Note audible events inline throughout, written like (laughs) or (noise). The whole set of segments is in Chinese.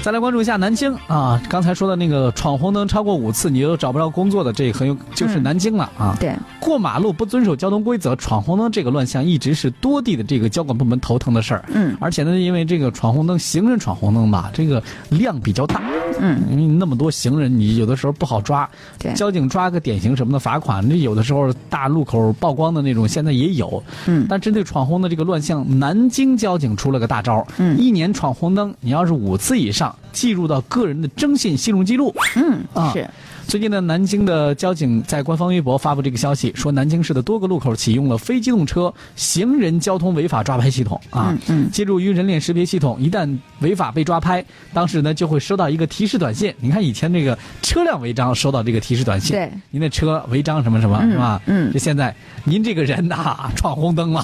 再来关注一下南京啊，刚才说的那个闯红灯超过五次你又找不着工作的，这很有就是嗯南京了啊。对，过马路不遵守交通规则、闯红灯这个乱象，一直是多地的这个交管部门头疼的事儿。嗯而且呢，因为这个闯红灯，行人闯红灯吧，这个量比较大，嗯，因为那么多行人，你有的时候不好抓，对，交警抓个典型什么的罚款，这有的时候大路口曝光的那种现在也有。嗯但针对闯红的这个乱象，南京交警出了个大招，嗯一年闯红灯，你要是五次以上，记入到个人的征信信用记录。嗯啊是，最近呢，南京的交警在官方微博发布这个消息，说南京市的多个路口启用了非机动车行人交通违法抓拍系统啊。嗯嗯借助于人脸识别系统，一旦违法被抓拍，当时呢就会收到一个提示短信。你看以前这个车辆违章收到这个提示短信，对您的车违章什么什么、嗯是吧？嗯这现在您这个人呐、 (laughs) 闯红灯了，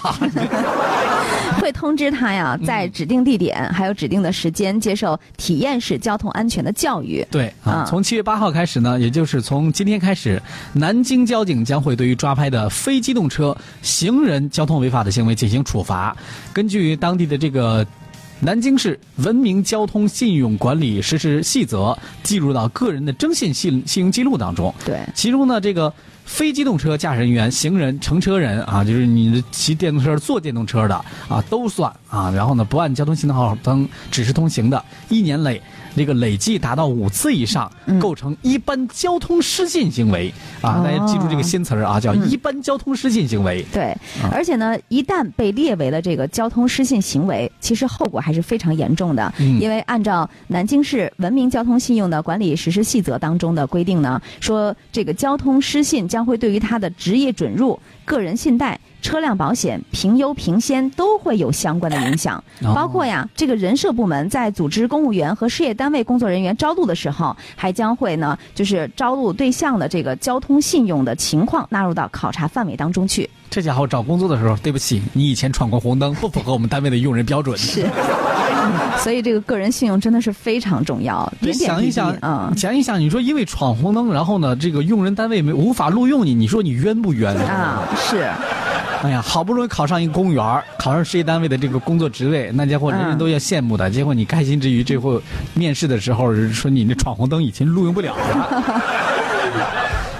会通知他呀，在指定地点、还有指定的时间接受体验式交通安全的教育。对啊，啊从七月八号开始呢，也就是从今天开始，南京交警将会对于抓拍的非机动车、行人交通违法的行为进行处罚。根据当地的这个。南京市文明交通信用管理实施细则记录到个人的征信信信用记录当中。对，其中呢，这个非机动车驾驶人员、行人、乘车人啊，就是你骑电动车、坐电动车的啊，都算啊。然后呢，不按交通信号灯指示通行的，一年累这个累计达到五次以上，嗯构成一般交通失信行为啊。哦大家记住这个新词儿啊，叫一般交通失信行为。对，啊而且呢，一旦被列为了这个交通失信行为，其实后果还是非常严重的。嗯因为按照南京市文明交通信用的管理实施细则当中的规定呢，说这个交通失信将会对于他的职业准入、个人信贷、车辆保险、评优评先都会有相关的影响。哦包括呀，这个人社部门在组织公务员和事业单位工作人员招录的时候，还将会呢，就是招录对象的这个交通信用的情况纳入到考察范围当中去。这家伙找工作的时候，对不起，你以前闯过红灯，不符合我们单位的用人标准。是，嗯所以这个个人信用真的是非常重要。你点点想滴一滴想，啊想一想，你说因为闯红灯，然后呢，这个用人单位没无法录用你，你说你冤不冤？啊，是 (laughs) 哎呀，好不容易考上一公务员儿，考上事业单位的这个工作职位，那家伙人人嗯都要羡慕的。结果你开心之余，最后面试的时候说你那闯红灯已经录用不了了。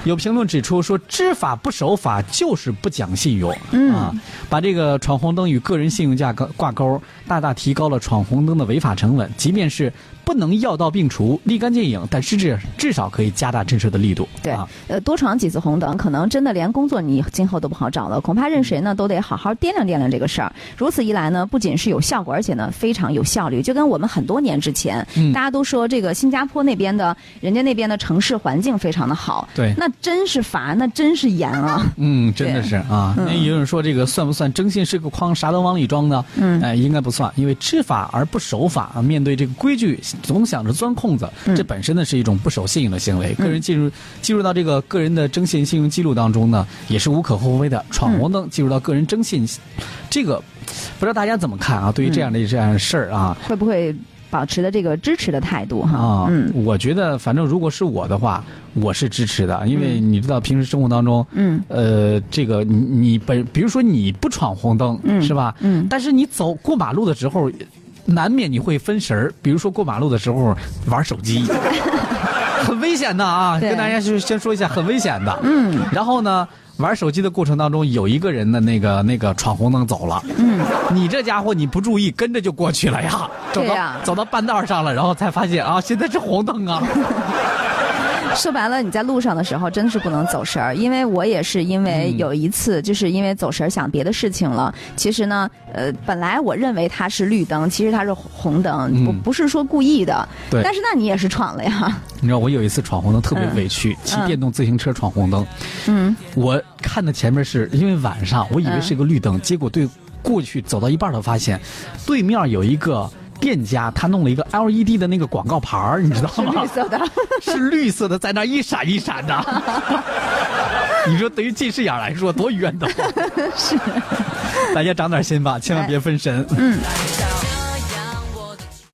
有评论指出说，知法不守法就是不讲信用、啊！把这个闯红灯与个人信用价格挂钩，大大提高了闯红灯的违法成本。即便是不能药到病除、立竿见影，但是至至少可以加大震慑的力度。对啊，呃，多闯几次红灯，可能真的连工作你今后都不好找了，恐怕任谁呢都得好好掂量掂量这个事儿。如此一来呢，不仅是有效果，而且呢非常有效率。就跟我们很多年之前，嗯大家都说这个新加坡那边的人家那边的城市环境非常的好，对那真是罚，那真是严啊。 (laughs) 嗯，真的是啊。嗯那也有人说这个算不算征信是个筐，啥都往里装呢？嗯哎，应该不算，因为知法而不守法，啊面对这个规矩总想着钻空子，嗯这本身呢是一种不守信用的行为。个人进入进入到这个个人的征信信用记录当中呢，也是无可厚非的。闯红嗯灯进入到个人征信，这个不知道大家怎么看啊？对于这样的嗯这样的事儿啊，会不会保持的这个支持的态度哈？啊，嗯我觉得反正如果是我的话，我是支持的，因为你知道平时生活当中，嗯，呃，这个你你本比如说你不闯红灯，嗯是吧？嗯但是你走过马路的时候，难免你会分神儿，比如说过马路的时候玩手 (laughs) 机。很危险的啊，对跟大家就先说一下，很危险的。嗯，然后呢，玩手机的过程当中，有一个人的那个那个闯红灯走了。嗯，你这家伙你不注意，跟着就过去了呀，走到、对呀走到半道上了，然后才发现啊，现在是红灯啊。说白了，你在路上的时候真是不能走神儿，因为我也是因为嗯有一次，就是因为走神儿想别的事情了。其实呢，呃，本来我认为它是绿灯，其实它是红灯，不、嗯不是说故意的。对但是那你也是闯 (laughs) 了呀。你知道我有一次闯红灯特别嗯委屈，骑嗯电动自行车闯红灯，嗯我看的前面是因为晚上，我以为是个绿灯，结果对过去走到一半儿，发现对面有一个店家，他弄了一个 LED 的那个广告牌儿，你知道吗？绿色的。 (laughs) 是绿色的，在那儿一闪一闪的。 (laughs) 你说对于近视眼儿来说多冤得慌。是，大家长点心吧，千万别分神。小